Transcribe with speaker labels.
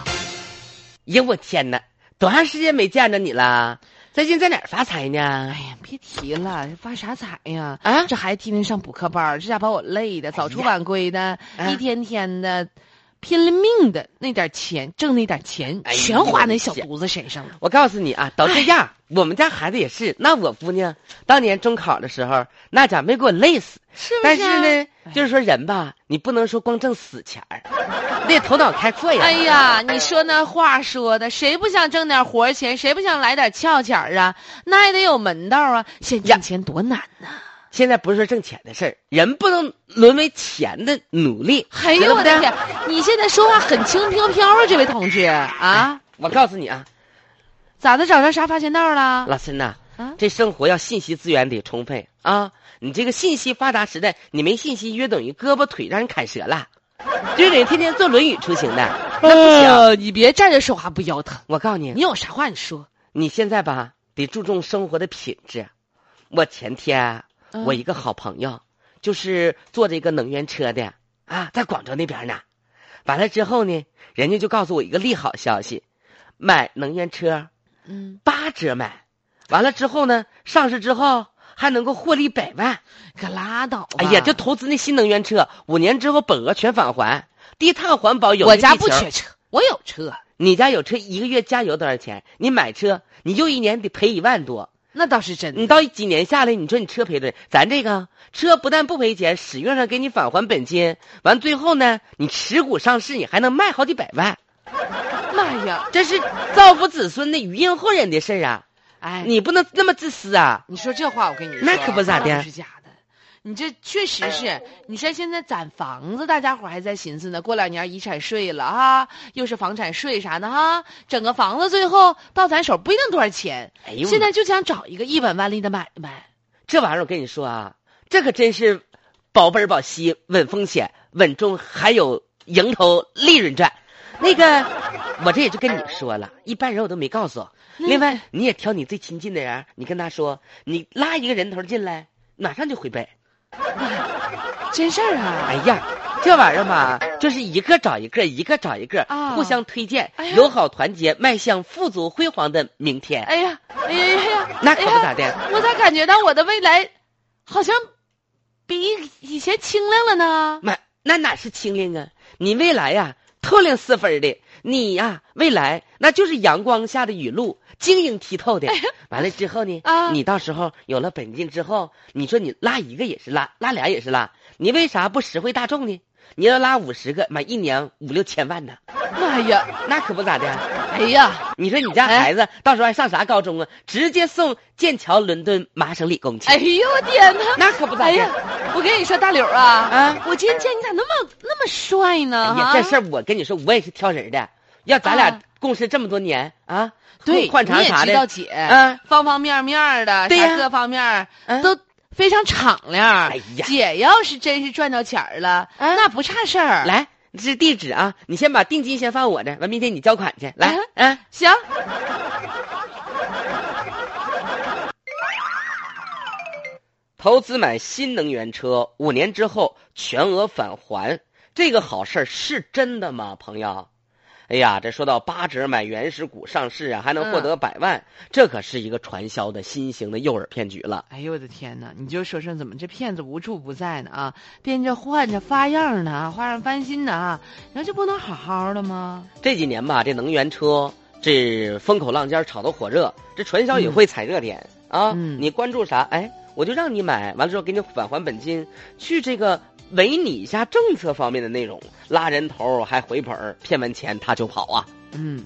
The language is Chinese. Speaker 1: 呀，哎我天哪，多长时间没见着你了？最近在哪儿发财呢
Speaker 2: 哎？呀，别提了，发啥财呀？
Speaker 1: 啊，
Speaker 2: 这孩子天天上补课班儿，这家把我累的，早出
Speaker 1: 哎呀
Speaker 2: 晚归的，
Speaker 1: 啊
Speaker 2: 一天天的，拼了命的那点钱，挣那点钱，
Speaker 1: 哎呀
Speaker 2: 全花那小
Speaker 1: 我的天
Speaker 2: 犊子身上了。
Speaker 1: 我告诉你啊，都
Speaker 2: 哎
Speaker 1: 这样。我们家孩子也是，那我姑娘当年中考的时候，那家没给我累死。
Speaker 2: 是啊哎
Speaker 1: 但是，呢，就是说人吧，你不能说光挣死钱儿，得头脑开阔呀。
Speaker 2: 哎呀，你说那话说的，谁不想挣点活钱？谁不想来点俏钱儿啊？那也得有门道啊！现
Speaker 1: 呀
Speaker 2: 挣钱多难呐、
Speaker 1: 现在不是说挣钱的事儿，人不能沦为钱的奴隶。
Speaker 2: 哎
Speaker 1: 知道
Speaker 2: 呦我
Speaker 1: 不
Speaker 2: 的天，你现在说话很轻飘飘啊，这位同志啊，
Speaker 1: 我告诉你啊，
Speaker 2: 咋的？找着啥发钱道了？
Speaker 1: 老孙呐、
Speaker 2: 啊
Speaker 1: 这生活要信息资源得充沛啊！你这个信息发达时代，你没信息约等于胳膊腿让人砍折了，就等于天天坐轮椅出行的，那不行。
Speaker 2: 呃，你别站着说话不腰疼，
Speaker 1: 我告诉你
Speaker 2: 你，有啥话你说。
Speaker 1: 你现在吧得注重生活的品质。我前天啊
Speaker 2: 嗯
Speaker 1: 我一个好朋友，就是坐着一个能源车的啊，在广州那边呢。完了之后呢，人家就告诉我一个利好消息，买能源车
Speaker 2: 嗯，
Speaker 1: 八折买，完了之后呢，上市之后还能够获利百万。
Speaker 2: 可拉倒吧！
Speaker 1: 哎呀，就投资那新能源车，五年之后本额全返还，低碳环保有。
Speaker 2: 我家不缺，车，我有车，
Speaker 1: 你家有车，一个月加油多少钱？你买车，你又一年得赔一万多。
Speaker 2: 那倒是真的。
Speaker 1: 你到几年下来，你说你车赔多少？咱这个车不但不赔钱，使用上给你返还本金，完最后呢，你持股上市，你还能卖好几百万，嗯
Speaker 2: 妈呀！
Speaker 1: 这是造福子孙的余荫后人的事儿啊！
Speaker 2: 哎，
Speaker 1: 你不能那么自私啊！
Speaker 2: 你说这话，我跟你说，
Speaker 1: 那可不咋的
Speaker 2: 那是假的。你这确实是，你说现在攒房子，大家伙还在寻思呢。过两年遗产税了哈，又是房产税啥的哈，整个房子最后到咱手不一定多少钱。
Speaker 1: 哎呦，
Speaker 2: 现在就想找一个一本万利的买卖。
Speaker 1: 这玩意儿，我跟你说啊，这可真是保本保息、稳风险、稳中还有迎头利润赚。那个，我这也就跟你说 了，一般人我都没告诉。
Speaker 2: 那
Speaker 1: 另外，你也挑你最亲近的人，你跟他说，你拉一个人头进来，马上就回本。
Speaker 2: 真事儿啊
Speaker 1: 哎，呀，这玩意儿吧，就是一个找一个，一个找一个，
Speaker 2: 啊
Speaker 1: 互相推荐，
Speaker 2: 哎呀
Speaker 1: 友好团结，迈向富足辉煌的明天。
Speaker 2: 哎呀，哎呀哎呀，
Speaker 1: 那可不
Speaker 2: 哎呀
Speaker 1: 咋的
Speaker 2: 我咋感觉到我的未来好像比以前清亮了呢？
Speaker 1: 妈，那哪是清零啊？你未来呀、透亮四分儿的，你呀、未来那就是阳光下的雨露，晶莹剔透的。完了之后呢，
Speaker 2: 哎啊
Speaker 1: 你到时候有了本金之后，你说你拉一个也是拉，拉俩也是拉，你为啥不实惠大众呢？你要拉五十个，买一年五六千万呢，
Speaker 2: 妈呀，
Speaker 1: 那可不咋的。
Speaker 2: 哎呀，
Speaker 1: 你说你家孩
Speaker 2: 哎
Speaker 1: 子到时候还上啥高中啊？直接送剑桥、伦敦、麻省理工去，
Speaker 2: 哎呦我天哪！
Speaker 1: 那可不咋
Speaker 2: 哎
Speaker 1: 的。
Speaker 2: 呀，我跟你说，大柳啊，
Speaker 1: 啊
Speaker 2: 我今天见你咋那么那么帅呢？
Speaker 1: 哎
Speaker 2: 啊哈
Speaker 1: 呀，这事儿我跟你说，我也是挑人的。要咱
Speaker 2: 啊
Speaker 1: 俩共事这么多年啊，
Speaker 2: 对，
Speaker 1: 换
Speaker 2: 你
Speaker 1: 肠
Speaker 2: 也
Speaker 1: 啥
Speaker 2: 知道
Speaker 1: 的，
Speaker 2: 姐，
Speaker 1: 啊
Speaker 2: 方方面面的，
Speaker 1: 对
Speaker 2: 啥
Speaker 1: 呀
Speaker 2: 各方面儿
Speaker 1: 嗯
Speaker 2: 都非常敞亮。
Speaker 1: 哎呀嗯
Speaker 2: 姐要是真是赚到钱儿了，那不差事儿。，
Speaker 1: 来，这是地址啊，你先把定金先放我这，完明天你交款去。
Speaker 2: 啊
Speaker 1: 来，嗯，
Speaker 2: 行，
Speaker 1: 投资买新能源车，五年之后全额返还，这个好事儿是真的吗，朋友？哎呀，这说到八折买原始股上市啊，还能
Speaker 2: 嗯
Speaker 1: 获得百万，这可是一个传销的新型的诱饵骗局了。
Speaker 2: 哎呦我的天哪！你就说说怎么这骗子无处不在呢啊，变着换着花样呢啊，花样翻新呢啊，然后就不能好好的吗？
Speaker 1: 这几年吧，这能源车这风口浪尖儿炒得火热，这传销也会踩热点、啊。
Speaker 2: 嗯
Speaker 1: 你关注啥？哎，我就让你买，完了之后给你返还本金，去这个违你一下政策方面的内容，拉人头儿还回本儿，骗完钱他就跑啊。
Speaker 2: 嗯，